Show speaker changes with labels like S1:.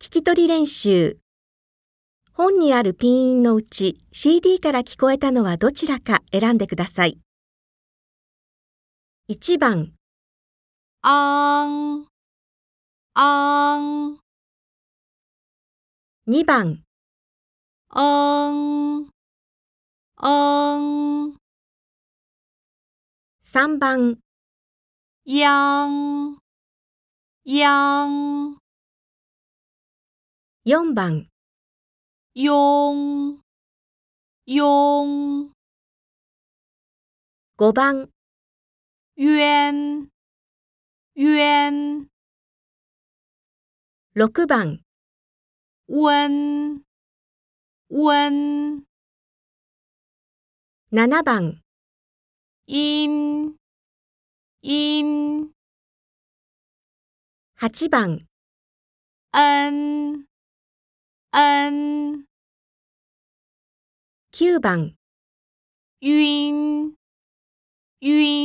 S1: 聞き取り練習。本にあるピンのうち CD から聞こえたのはどちらか選んでください。1番、
S2: あーん、あーん、
S1: 2番、
S2: あーん、あーん、
S1: 3番、
S2: やーん、やーん、
S1: 4番、
S2: よーん、よーん、
S1: 5番、
S2: ゆえん、ゆえん、
S1: 6番、
S2: うえん、うえん、
S1: 7番、
S2: いん、いん、
S1: 8番、
S2: えん、えん。
S1: 9番。
S2: 晕晕。